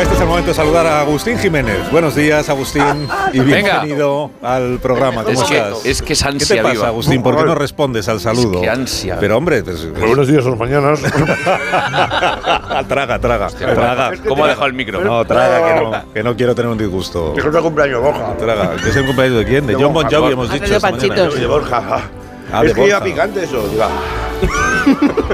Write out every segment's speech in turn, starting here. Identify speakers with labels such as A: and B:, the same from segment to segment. A: Este es el momento de saludar a Agustín Jiménez. Buenos días, Agustín, y
B: Venga.
A: bienvenido al programa. ¿Cómo
B: Es que-
A: estás?
B: es que es
A: ¿Qué te
B: ansia
A: pasa,
B: viva.
A: Agustín? ¿Por qué no respondes al saludo?
B: que ansia.
A: Pero, hombre, pues-
C: Muy buenos días, las mañanas.
A: traga, traga, traga.
C: Este
B: ¿Cómo ha dejado el micro?
A: No, traga, que no, que no quiero tener un disgusto.
C: Disfruta el cumpleaños, Borja.
A: Traga, que es el cumpleaños de quién? De
C: De
A: John Bon
C: Borja,
A: Jovi,
C: Borja.
A: hemos
D: Ha
A: dicho.
D: traído
A: esta mañana.
D: panchitos.
C: De Borja.
A: Ah,
C: es
A: de
C: que iba
A: Borja.
C: picante eso. iba.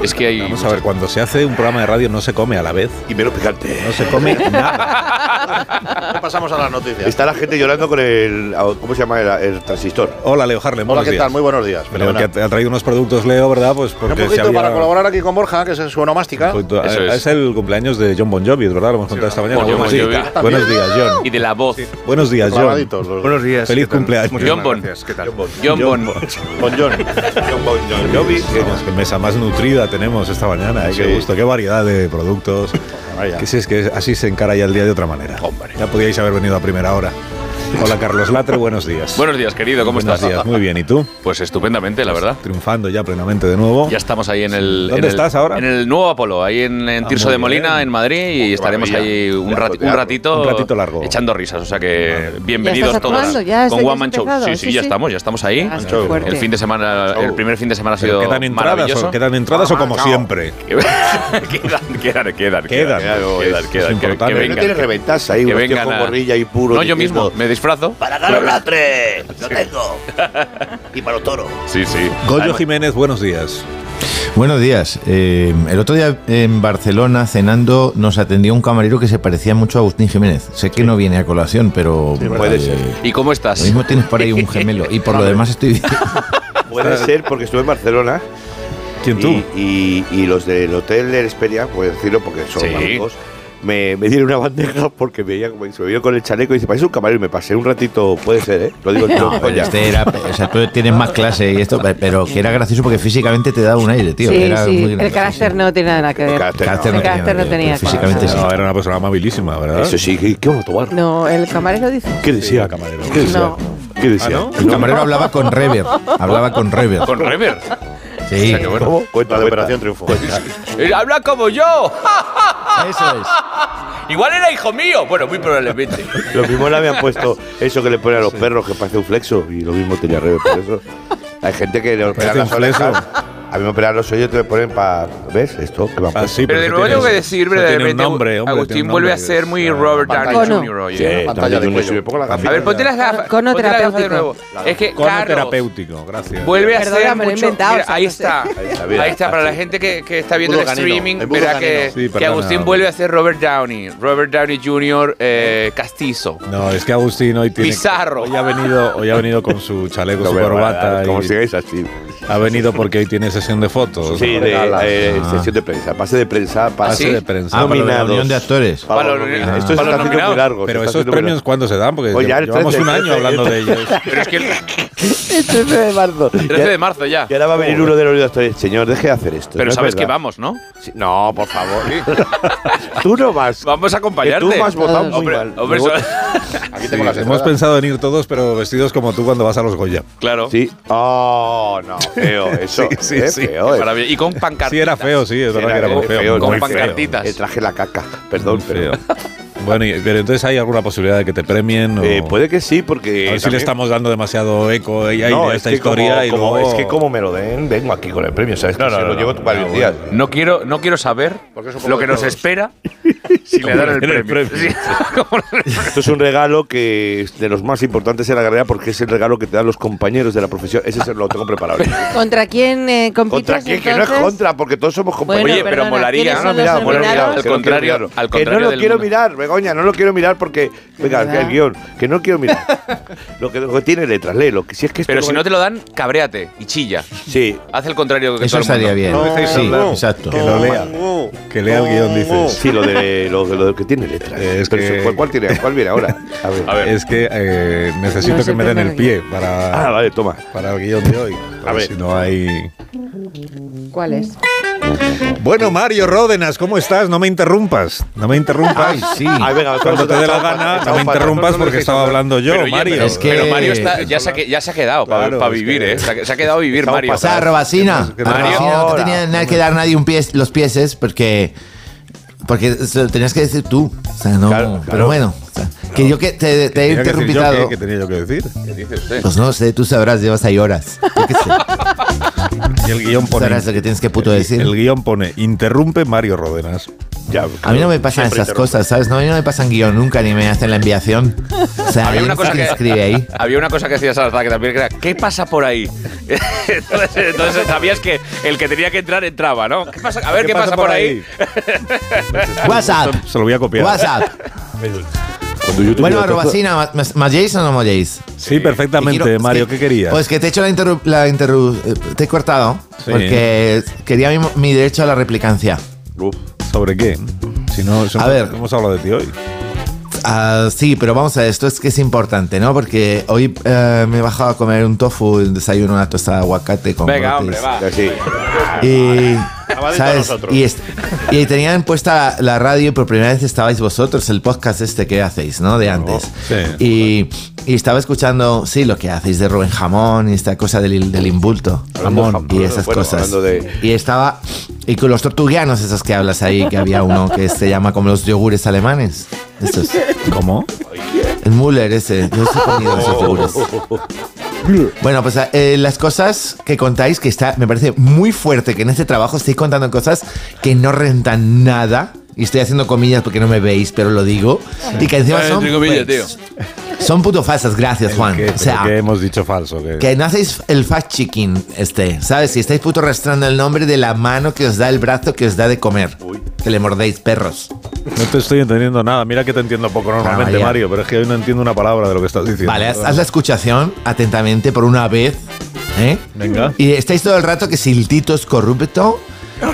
B: Es que hay.
A: Vamos a ver, cuando se hace un programa de radio no se come a la vez.
C: Y menos picante.
A: No se come nada.
E: Pasamos a las noticias.
C: Está la gente llorando con el. ¿Cómo se llama el, el transistor?
A: Hola, Leo Harlem.
E: Hola,
A: buenos
E: ¿qué
A: días.
E: tal? Muy buenos días.
A: Pero
E: Fenomenal.
A: que ha traído unos productos, Leo, ¿verdad? Pues
E: Un
A: porque se
E: poquito
A: había...
E: para colaborar aquí con Borja, que es en su onomástica.
A: Junto a-
B: Eso
A: Pues, eh, es.
B: es.
A: el cumpleaños de John Bon Jovi, es verdad, lo hemos contado esta mañana.
B: Bon
A: Buenos,
B: Jovi.
A: días.
B: También.
A: Buenos días, John.
B: Ah, Y de la voz.
A: Buenos días, John.
E: Clavaditos los
F: Buenos días.
A: Feliz
F: ¿qué tal?
A: cumpleaños.
F: Muchísimas
B: John Bon.
F: gracias, ¿Qué tal?
B: John Bon.
E: con John.
A: Jovi. Vamos, qué mesa más nutrida tenemos esta mañana, ¿eh? qué
E: Sí.
A: gusto, qué variedad de productos.
E: Vaya.
A: que si es que así se encara ya el día de otra manera.
E: Hombre.
A: Ya podíais haber venido a primera hora. Hola, Carlos Latre, buenos días.
B: Buenos días, querido. ¿Cómo
A: Buenos
B: estás? Ah,
A: días, muy bien. ¿Y tú?
B: Pues estupendamente, la verdad.
A: Triunfando ya plenamente de nuevo.
B: Ya estamos ahí en el.
A: ¿Dónde
B: en el-
A: estás ahora?
B: En el nuevo Apolo, ahí en, en
A: Ah,
B: Tirso
A: muy
B: de Molina,
A: bien.
B: en Madrid, y estaremos ahí un,
C: Ya,
B: rat- un
C: ya,
B: ratito.
A: un ratito largo.
B: Echando risas, o sea que bienvenidos
D: estás
B: todos.
D: actuando? ¿Ya has-
B: con
D: ya
B: One
D: has
B: Man Show.
D: empezado?
B: Sí, sí,
D: Sí,
B: ya
D: sí.
B: estamos, ya estamos ahí.
D: Ah, qué fuerte.
B: El fin de semana, el primer fin de semana ha
A: Pero
B: sido
A: ¿Qué tan entradas
B: maravilloso. Ah,
A: son? ¿Qué tan entradas o como siempre?
B: quedan, quedan, quedan,
A: Quedan.
B: quedan, quedan,
A: Es
B: quedan, que-
A: importante.
B: que
C: Pero no tienes
B: vengan.
C: reventas ahí,
B: que
C: un tío
B: vengan
C: con
B: a-
C: gorrilla y puro.
B: No, yo
C: diciendo,
B: mismo, me disfrazo.
E: Para Carlos Latre. Lo tengo. Y para los toros.
B: Sí, sí.
A: Goyo
B: Además,
A: Jiménez, buenos días.
G: Buenos días. Eh, el otro día en Barcelona cenando nos atendió un camarero que se parecía mucho a Agustín Jiménez. Sé que no viene a colación, pero
C: puede
G: eh,
C: ser.
B: ¿Y cómo estás?
G: Lo mismo tienes por ahí un gemelo. Y por lo demás estoy bien.
C: Puede ser porque estuve en Barcelona.
A: ¿Quién tú?
C: Y, y- y los del Hotel del Esperia, puedo decirlo porque son
B: Sí.
C: amigos, me, me dieron una bandeja porque me veía como se me vio con el chaleco y dice, parece un camarero y me pasé un ratito, puede ser, ¿eh? Lo digo yo,
G: No, pero este era, o sea, tú tienes más clase y esto, pero que era gracioso porque físicamente te da un aire, tío.
D: sí,
G: era
D: sí.
G: muy gracioso.
D: el carácter no tiene nada que ver.
C: carácter no.
D: El carácter no
G: pero
D: tenía.
G: Físicamente sí.
A: No, era una persona amabilísima, ¿verdad?
C: Eso sí, ¿qué, qué vamos a tomar?
D: No, el camarero dice.
C: ¿Qué decía?
A: el camarero.
C: ¿Qué decía?
D: No.
C: ¿Qué decía?
A: Ah, ¿no?
G: El camarero hablaba con Rever. Hablaba con Rever.
B: Con Rever.
G: Sí.
B: O sea, que bueno.
C: ¿Cómo? Cuenta,
E: La de
C: cuenta.
E: Operación Triunfo.
B: Eh, Habla como yo.
G: Eso es.
B: Igual era hijo mío. Bueno, muy probablemente.
C: Lo mismo le habían puesto eso que le ponen a los perros que parece un flexo y lo mismo tenía revés por eso. Hay gente que le operan
A: Parece un
C: las orejas.
A: flexo.
C: A mí me operan los oídos y te ponen para... ¿Ves esto? Que me han
A: Ah,
C: puesto.
A: sí,
B: Pero de
A: eso
B: nuevo
A: tiene-
B: tengo que decir
A: eso tiene
B: verdaderamente,
A: un nombre, hombre,
B: Agustín
A: tiene un
B: vuelve a
A: nombre que
B: ser
A: es,
B: muy
A: eh,
B: Robert Downey
D: Cono.
B: Jr. hoy,
C: Sí,
B: ¿eh?
C: no,
E: pantalla
C: yo
E: de
C: no,
E: cuello.
C: si me pongo la
B: A
C: gafita
B: ver,
C: ya.
B: ponte las gafas.
D: Cono
B: ponte las gafas de
D: terapéutico.
B: nuevo. Es que
A: Cono
B: Carlos
A: terapéutico, gracias.
B: vuelve a
D: Perdona,
B: ser
D: me lo he
B: mucho-
D: inventado,
B: mira,
D: o sea,
B: ahí
D: no sé.
B: está.
C: Ahí está, bien.
B: Ahí está para la gente que, que está viendo
E: Embudo
B: el
E: canino,
B: streaming,
E: embudo
B: verá
E: canino.
B: que,
A: Sí,
B: que
A: perdona.
B: Agustín vuelve a ser Robert Downey, Robert Downey Jr. eh, castizo.
A: No, es que Agustín hoy tiene.
B: Pizarro.
A: Hoy ha venido, hoy ha venido con su chaleco,
C: No
A: su
C: me va a
A: corbata.
C: dar, Como
A: y
C: sigáis así.
A: ha venido porque hoy tiene sesión de fotos.
C: Sí,
A: ¿no?
C: de
A: Galas.
C: eh,
G: Ah.
C: sesión de prensa. Pase de prensa,
A: Pase
C: pase
A: de prensa.
G: Ah, para la
C: Nominados.
G: reunión de actores.
C: Para
B: Para
C: los
B: los
C: nominados.
B: nominados.
C: Esto se
B: Para
C: está haciendo
B: los
C: muy
B: nominados.
C: largo. se
A: Pero
C: está
A: esos
C: haciendo muy
A: premios, ¿cuándo se dan? Porque
C: Hoy Pues ya el
A: llevamos
C: 13,
A: un año
C: 13,
A: hablando de ellos.
B: Pero es que el
C: largo. 13 de marzo.
B: 13 de marzo ya.
C: Y ahora va a venir uno de los oídos actores. Señor, deje de hacer esto.
B: Pero
C: no es
B: sabes que
C: verdad.
B: vamos, ¿no?
C: Sí, No, por favor. Tú no vas.
B: Vamos a
C: Que
B: acompañarte. Ah,
C: tú vas votado muy
B: Hombre,
C: mal.
B: hombre,
C: Luego-
B: eso-
E: Aquí
A: Sí,
E: tengo las
A: hemos
E: entradas.
A: pensado en ir todos, pero vestidos como tú cuando vas a los Goya.
B: claro.
C: Sí. Oh, no. Feo eso.
A: Sí, sí,
C: eh,
A: sí.
C: Feo, eh.
B: Maravilloso. Y con pancartitas.
A: Sí, era feo, sí, es verdad que era muy feo.
B: con
A: muy
B: pancartitas.
C: El Eh, traje la caca.
A: Muy
C: Perdón,
A: feo.
C: pero.
A: Bueno, y- pero entonces hay alguna posibilidad de que te premien. O...
C: Eh, puede que sí, porque.
A: A ver si le
C: también-
A: estamos dando demasiado eco a ella y
C: No,
A: a
C: es
A: esta
C: que
A: historia.
C: como-
A: y
C: como-
A: luego-
C: Es que como me lo den, vengo aquí con el premio, ¿sabes? No, no, lo llevo varios días.
B: No quiero, no quiero saber
E: Porque eso como
B: lo que
E: de
B: nos
E: todos.
B: espera si le dan el
A: Era
B: premio.
A: el premio.
B: Sí. Como le-
C: Esto es un regalo que es de los más importantes en la carrera porque es el regalo que te dan los compañeros de la profesión. Ese se lo tengo preparado.
D: ¿Contra quién eh, compites?
C: ¿Contra quién? Que no es
D: entonces?
C: contra, porque todos somos compañeros.
D: Bueno,
B: Oye, pero
D: perdona,
B: molaría.
D: ¿quiénes
B: No,
D: son
B: no, mira,
D: los
B: molaría.
D: nominados?
B: Al contrario- al
C: que no
B: contrario
C: lo
B: del
C: quiero
B: mundo.
C: mirar, Begoña. coña, no lo quiero mirar porque. Venga,
D: verdad.
C: el guión, que no quiero mirar. lo, que, lo que tiene letras, léelo. Que si es que esto
B: Pero
C: no
B: si
C: va-
B: no te lo dan, cabréate y chilla.
C: Sí,
B: Haz el contrario que
G: Eso
B: todo el mundo.
G: estaría bien.
A: No dejéis
G: sí,
A: hablar.
G: exacto.
A: Que lo lea. Que lea el guión, dices.
C: sí, lo de lo, de- lo de que tiene letras.
A: Es
C: Pero
A: que-
C: ¿cuál, cuál tiene, ¿Cuál viene ahora? A ver.
B: A ver.
A: Es que eh, necesito
D: No sé
A: que me den
D: poner
A: el pie para,
C: Ah, vale, toma.
A: para el guión de hoy. A ver.
C: ver.
A: Si no hay.
D: ¿Cuál es?
A: Bueno, Mario Ródenas, ¿cómo estás? No me interrumpas. No me interrumpas.
G: Ay, sí.
C: Ay, venga,
A: Cuando te dé la
C: estamos pa-
A: gana, no
C: estamos
A: me
C: pa-
A: interrumpas
C: no, no, no,
A: porque
C: no,
A: estaba
C: no, no,
A: hablando yo,
B: Pero, oye,
A: Mario.
B: pero-
G: Es que-
B: pero Mario está- ya, se ha, que- ya se ha quedado pa-
A: Claro,
B: para
A: es
B: vivir,
A: que-
B: ¿eh? Se ha, se ha quedado a vivir,
C: Estamos
B: Mario.
G: O sea, Robacina.
A: Que
G: A
A: no-
G: Robacina no
C: Ahora.
G: te tenía nada que dar nadie un pies, los pieses porque. Porque se lo tenías que decir tú. O sea, no.
C: Claro, claro.
G: Pero bueno, o sea, que yo que te, te he
A: Tenía que decir yo
G: interrumpido.
A: qué- ¿Qué eh? tenía yo que decir?
B: ¿Qué dice usted?
G: Pues no sé, tú sabrás, llevas ahí horas. Yo qué sé,
A: Y el guión pone.
G: sabrás lo que tienes que puto decir.
A: El guión pone, interrumpe Mario Ródenas.
C: Ya,
G: A mí no me pasan
C: siempre
G: esas
C: interrumpe.
G: cosas, ¿sabes? No, a mí no me pasan guión nunca, ni me hacen la enviación. O sea,
B: Había
G: yo
B: una
G: no sé
B: cosa
G: quién
B: que-
G: escribe ahí.
B: Había una cosa que hacía Salazar que también era, ¿qué pasa por ahí? entonces, entonces sabías que el que tenía que entrar entraba, ¿no? ¿Qué pasa? A ver qué, pasa, por ahí.
G: WhatsApp.
A: Se lo voy a copiar.
G: WhatsApp.
C: Cuando yo tuve
G: Bueno,
C: la taza-
G: Robacina, ¿malléis o no malléis?
A: Sí, perfectamente,
G: Quiero- es
A: Mario.
G: que-
A: ¿Qué querías?
G: Pues que te he hecho la interrupción. te he cortado.
A: Sí.
G: Porque quería mi, mi derecho a la replicancia.
C: Uf.
A: ¿Sobre qué? Si no, eso
G: A
A: no-
G: ver.
A: hemos hablado de ti hoy.
G: Ah, sí, pero vamos a ver, esto es que es importante, ¿no? Porque hoy eh, me he bajado a comer un tofu, un desayuno, una tostada de aguacate con
B: Venga, hombre,
G: brotes.
B: va.
C: Ya sí. Ah,
G: Y,
C: Avalenta a
G: ¿sabes?
C: nosotros.
G: Y, est- y tenían puesta la, la radio y por primera vez estabais vosotros, el podcast este que hacéis, ¿no?
C: Oh,
G: De antes. y, y estaba escuchando, sí, lo que hacéis de Rubén Jamón y esta cosa del, del invulto.
C: Hablando de jamón,
G: Y esas
C: bueno,
G: cosas.
C: hablando de-
G: Y estaba... Y con los tortuguianos esos que hablas ahí, que había uno que se llama como los yogures alemanes. Estos.
A: ¿Cómo?
G: El Müller ese. Yo sí he comido esos yogures.
C: Oh.
G: Bueno, pues eh, las cosas que contáis, que está, me parece muy fuerte que en este trabajo estéis contando cosas que no rentan nada. Y estoy haciendo comillas porque no me veis, pero lo digo. Y que encima
B: Eh,
G: son.
B: entre comillas,
C: pues,
G: Son puto falsas, gracias, Juan.
A: ¿Qué,
G: o sea,
A: ¿Qué hemos dicho falso? ¿Qué?
G: que no hacéis el fact checking este, ¿sabes? Si estáis puto arrastrando el nombre de la mano que os da el brazo que os da de comer. Que le mordéis perros.
A: No te estoy entendiendo nada. Mira que te entiendo poco normalmente,
G: Ah, ya.
A: Mario, pero es que hoy no entiendo una palabra de lo que estás diciendo.
G: Vale, haz, haz la escuchación atentamente por una vez. ¿eh?
A: Venga.
G: Y estáis todo el rato que si el Tito es corrupto,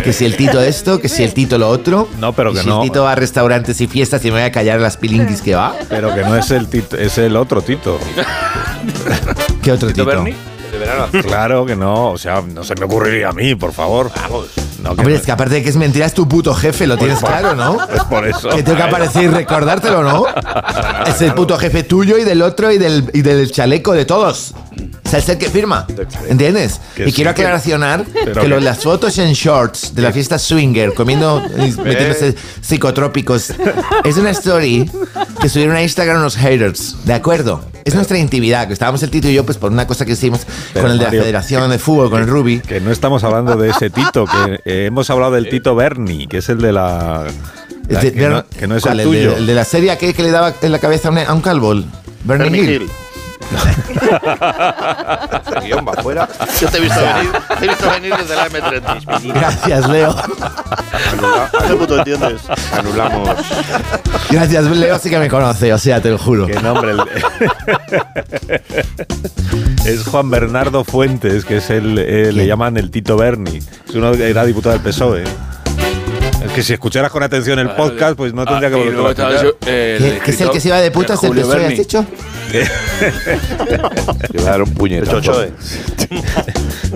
G: que si el Tito esto, que si el Tito lo otro.
A: No, pero
G: y
A: que
G: si
A: no.
G: el Tito va a restaurantes y fiestas y me voy a callar las pilinguis que va.
A: Pero que no es el tito, es el otro Tito.
G: ¿Qué otro Tito?
B: Berni?
A: claro que no. O sea, no se me ocurriría a mí, por favor. No, que
G: Hombre,
A: no-
G: es que aparte de que es mentira, es tu puto jefe, lo tienes
A: Pues
G: claro, ¿no?
A: es por eso.
G: Que tengo que aparecer y recordártelo, ¿no? Es el puto jefe tuyo y del otro y del, y del chaleco de todos. O sea, es el que firma. ¿Entiendes?
A: Que
G: y quiero
A: sí, que-
G: aclaracionar
A: pero
G: que lo-
A: que- Eh.
G: las fotos en shorts de la fiesta swinger, comiendo, y metiéndose psicotrópicos, es una story que subieron a Instagram unos haters. ¿De acuerdo? Es nuestra intimidad, que estábamos el Tito y yo, pues por una cosa que hicimos
A: Pero,
G: con el de la
A: Mario,
G: Federación de Fútbol, con el Ruby.
A: Que no estamos hablando de ese Tito, que eh, hemos hablado del Tito Berni, que es el de la. la-
G: De-
A: que, no, que no es
G: ¿cuál? de-
A: el tuyo.
G: el de la serie aquel que le daba en la cabeza a un, a un calvo, el Bernie
C: Bernie
G: Hill.
C: Hill. El guión va afuera.
E: Yo te he visto venir, te he visto venir desde la M30.
G: Gracias, Leo.
C: Anula-
E: ¿Qué puto entiendes?
C: anulamos.
G: Gracias, Leo sí que me conoce, o sea, te lo juro.
A: Que nombre. el- es Juan Bernardo Fuentes, que es el. eh, le
G: ¿Quién?
A: llaman el Tito Berni. Es uno que era diputado del PSOE. E. Es que si escucharas con atención el podcast, pues no tendría que
B: Ah, y luego
A: volver
B: estaba
A: a
B: yo,
A: escuchar.
B: eh,
G: ¿Qué- ¿Qué es el que se iba de putas el
B: Julio
G: PSOE, E, has
B: Berni.
G: dicho?
C: Le voy a dar un puñetazo.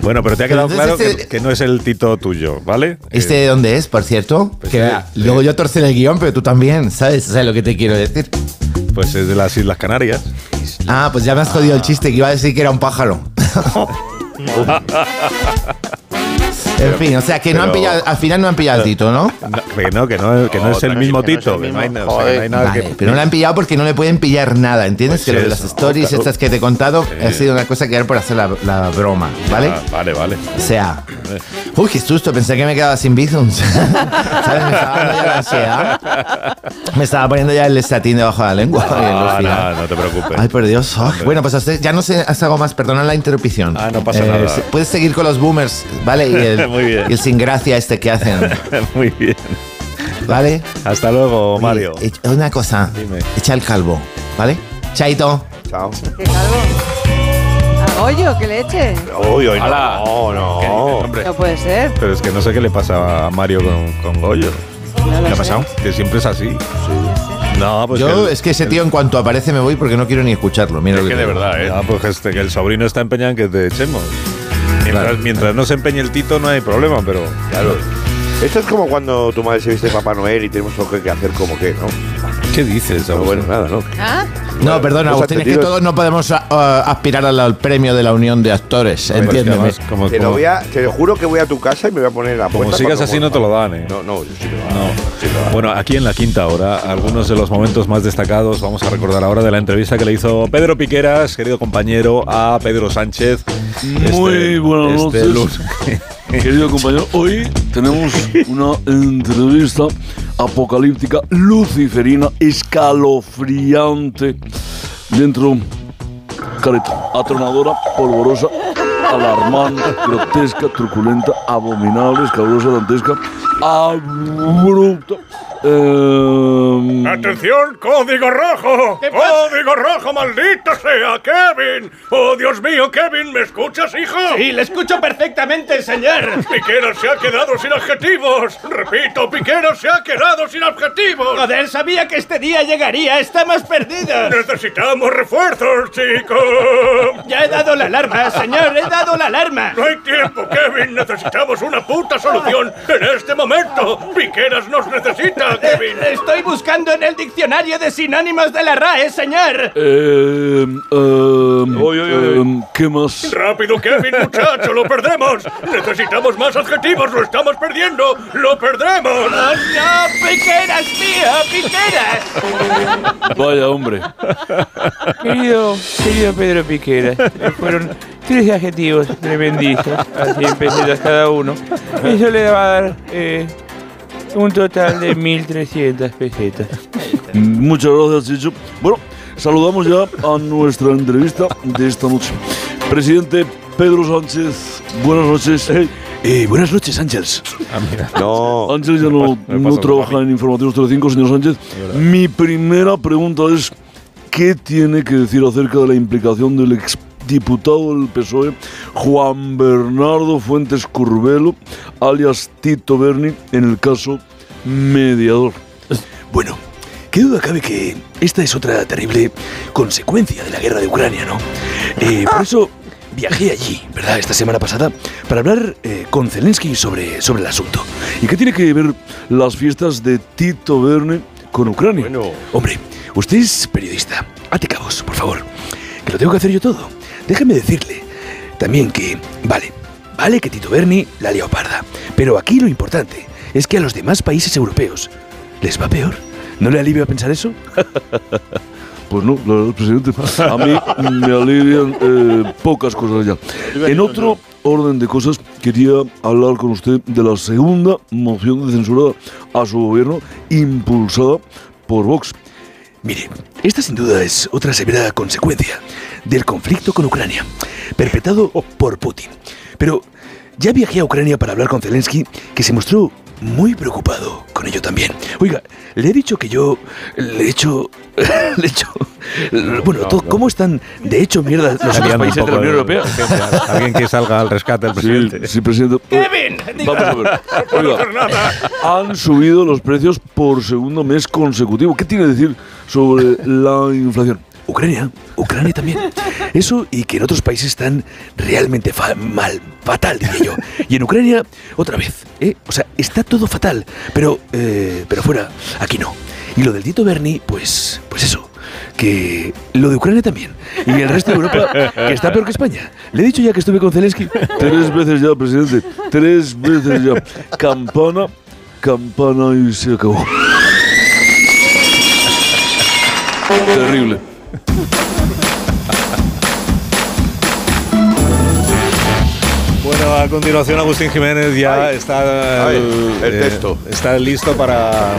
A: Bueno, pero te ha
G: Pero
A: quedado claro
G: entonces
A: que,
G: este-
A: que no es el Tito tuyo, ¿vale?
G: ¿Este
A: Eh,
G: de dónde es, por cierto?
A: Pues
G: que
A: sí, sí.
G: luego yo torcí el guión, pero tú también, ¿sabes? O sea, lo que te quiero decir.
A: pues es de las Islas Canarias.
G: Ah, pues ya me has jodido el chiste que iba a decir que era un pájaro. en fin, o sea, que no han
A: pero-
G: pillado, al final no han pillado al Tito, ¿no?
A: No, que no, que no, que no es el
C: tranquilo,
A: mismo
C: que no es
A: Tito.
C: el
A: que no hay
C: mismo.
A: na- o sea, que no hay nada
G: Vale,
A: que-
G: pero no la han pillado porque no le pueden pillar nada, ¿entiendes?
A: Pues
G: que lo de
A: es-
G: las stories
A: claro.
G: estas que te he contado ha sido una cosa que era por hacer la, la broma, ¿vale?
A: Ah, vale, vale. Eh.
G: O sea, uy, qué susto, pensé que me quedaba sin bizums. ¿Sabes? Me estaba dando ya la ansiedad. Me estaba poniendo ya el estatín debajo de la lengua. Ay,
A: No,
G: Lucía.
A: no, no te preocupes.
G: Ay, por Dios. Ay, bueno, pues hasta- ya no sé hasta algo más. Perdona la interrupción. Eh,
A: Ah, no pasa nada.
G: se- Puedes seguir con los boomers, ¿vale? Y el,
A: Muy bien.
G: y el sin gracia este que hacen.
A: Muy bien.
G: ¿vale?
A: Hasta luego, Mario.
G: Oye, eh, Una cosa,
A: Dime.
G: echa el calvo, ¿vale? Chaito.
C: Chao.
D: ¿Qué calvo? Ah, Oyo, que le eche.
C: Uy, hoy
B: Ala.
C: no. No,
B: ¿Qué dices,
C: no.
B: hombre?
D: No puede ser.
A: Eh, Pero es que no sé qué le pasa a Mario con, con Goyo.
D: No lo
A: ¿Qué ha
D: sé.
A: pasado? Que siempre es así. No, pues
G: Yo
A: el-
G: es que ese tío en cuanto aparece me voy porque no quiero ni escucharlo. Mira
B: Es
G: lo
B: que
G: te
B: de
G: digo.
B: verdad, ¿eh?
A: No, pues este, que el sobrino está empeñado en que te echemos. Mientras,
G: Claro.
A: mientras no se empeñe el tito no hay problema, pero claro.
C: Esto es como cuando tu madre se viste de Papá Noel y tenemos algo que hacer como que, ¿no?
A: ¿Qué dices?
C: Pero bueno, nada, ¿no?
D: ¿Ah?
G: No, perdona,
C: Los
G: Agustín, es que
C: atendidos-
G: todos no podemos ah, ah, aspirar al, al premio de la Unión de Actores, entiéndeme.
A: Como,
C: Te lo
A: como-
C: voy a, te lo juro que voy a tu casa y me voy a poner en la puerta.
A: como sigas
C: para
A: así no te lo dan, ¿eh?
C: No, no, yo sí me lo hago.
A: No.
C: Sí me lo hago.
A: Bueno, aquí en la quinta hora, algunos de los momentos más destacados vamos a recordar ahora de la entrevista que le hizo Pedro Piqueras, querido compañero, a Pedro Sánchez.
F: Muy buenas
A: este
F: noches.
A: lunes.
F: Querido compañero, hoy tenemos una entrevista apocalíptica, luciferina, escalofriante, dentro careta, atronadora, polvorosa, alarmante, grotesca, truculenta, abominable, escabrosa, dantesca, abrupta. eh,
H: ¡Atención, código rojo! ¡Código rojo, maldito sea, Kevin! ¡Oh, Dios mío, Kevin! ¿Me escuchas, hijo?
I: Sí, le escucho perfectamente, señor.
H: Piqueras se ha quedado sin adjetivos. Repito, Piqueras se ha quedado sin adjetivos.
I: Joder, sabía que este día llegaría. Estamos perdidos.
H: Necesitamos refuerzos, chicos.
I: Ya he dado la alarma, señor. He dado la alarma.
H: No hay tiempo, Kevin. Necesitamos una puta solución en este momento. Piqueras nos necesita,
I: Eh,
H: Kevin.
I: Estoy buscando en el diccionario de sinónimos de la RAE, señor.
F: eh, eh, eh, ¿Qué más?
H: Rápido, Kevin, muchacho, lo perdemos. Necesitamos más adjetivos, lo estamos perdiendo. Lo perdemos.
I: ¡Oh, no! ¡Piqueras, tío! ¡Piqueras!
F: Vaya hombre.
J: Querido, querido Pedro Piquera, eh, fueron tres adjetivos tremendistas, a 100 pesetas cada uno. Eso le va a dar eh, un total de 1.300 pesetas.
F: Muchas gracias, Chicho. Bueno, saludamos ya a nuestra entrevista de esta noche. Presidente Pedro Sánchez, buenas noches. Eh, buenas noches, Ángels.
A: Ah,
C: No.
F: Ángels ya no,
A: me
F: no
A: pasa
F: trabaja en Informativos Telecinco, señor Sánchez. Mi primera pregunta es, ¿qué tiene que decir acerca de la implicación del exdiputado del PSOE, E, Juan Bernardo Fuentes Curbelo, alias Tito Berni, en el caso mediador?
K: Bueno, qué duda cabe que esta es otra terrible consecuencia de la guerra de Ucrania, ¿no? Eh, por eso viajé allí, ¿verdad? Esta semana pasada, para hablar eh, con Zelensky sobre, sobre el asunto.
F: ¿Y qué tiene que ver las fiestas de Tito Verne con Ucrania?
C: Bueno.
K: Hombre, usted es periodista. Ate cabos, por favor. Que lo tengo que hacer yo todo. Déjeme decirle también que, vale, vale que Tito Berni la leoparda. Pero aquí lo importante es que a los demás países europeos les va peor. ¿No le alivia pensar eso?
F: Pues no, la verdad, presidente. A mí me alivian eh, pocas cosas ya. En otro orden de cosas, quería hablar con usted de la segunda moción de censura a su gobierno impulsada por Vox.
K: Mire, esta sin duda es otra severa consecuencia del conflicto con Ucrania, perpetrado por Putin. Pero ya viajé a Ucrania para hablar con Zelensky, que se mostró muy preocupado con ello también. Oiga, le he dicho que yo le he hecho... le he hecho... bueno, to- ¿cómo están de hecho mierda los otros
A: Cambiando
K: países
A: un
K: de la
A: poco
K: Unión
A: el-
K: Europea?
A: Alguien que salga al rescate del
F: Sí,
A: presidente.
F: sí, presidente. Eh,
I: ¡Kevin! Digo,
F: Vamos a ver. Oiga, han subido los precios por segundo mes consecutivo. ¿Qué tiene que decir sobre la inflación?
K: Ucrania, Ucrania también. Eso y que en otros países están realmente fa- mal, fatal, diría yo. Y en Ucrania, otra vez. ¿eh? O sea, está todo fatal, pero, eh, pero fuera, aquí no. Y lo del Tito Berni, pues, pues eso. Que lo de Ucrania también. Y el resto de Europa, que está peor que España. Le he dicho ya que estuve con Zelensky.
F: Tres veces ya, presidente. Tres veces ya. Campana, campana y se acabó. Terrible.
A: Bueno, Bueno, a continuación Agustín Jiménez ya está eh,
C: Ay, el texto.
A: está listo para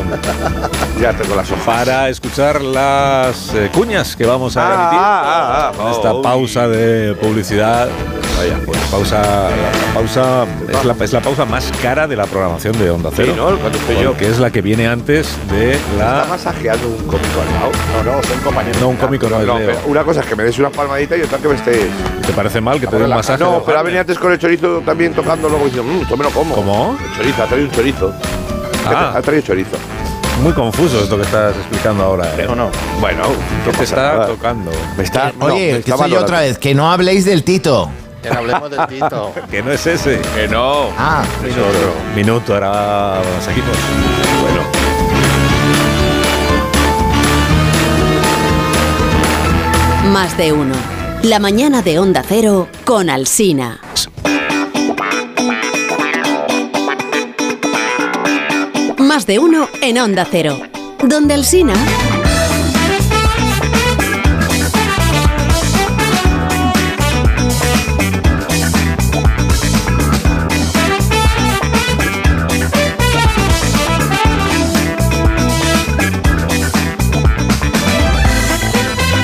C: ya tengo las hojas.
A: para escuchar las eh, cuñas que vamos a emitir
C: ah, ah,
A: en esta
C: uy.
A: pausa de publicidad. Pues pausa, la pausa es la, es la pausa más cara de la programación de Onda Cero,
C: ¿no? Cuando estoy yo.
A: que es la que viene antes de
C: Está
A: la
C: masajeando un cómico al lado. No, no, son compañeros.
A: no un cómico no, es Leo.
C: Ah, pero una cosa es que me des una palmadita y otra que me estés.
A: ¿Te parece mal que te dé un
C: Relajando.
A: masaje?
C: Ah,
A: eh.
C: No, pero ha venido antes con el chorizo también tocando luego diciendo, mmm, yo me lo como.
A: ¿Cómo?
C: El chorizo, ha traído un chorizo.
A: Ah.
C: Ha traído chorizo.
A: Muy confuso esto que estás explicando ahora. ¿eh?
C: no? Bueno,
A: ¿Qué
C: no
A: te
C: pasa
A: está
C: nada.
A: tocando?
C: Me está. no, me
G: Eh, Oye,
C: está
G: que soy yo
C: valorando.
G: otra vez, que no habléis del Tito.
E: Que no hablemos del Tito.
A: Que no es ese.
B: Que no.
G: Ah,
A: Minuto, minuto era masajitos.
C: Bueno.
L: Más de uno. La mañana de Onda Cero con Alsina. Más de uno en Onda Cero. Donde Alsina.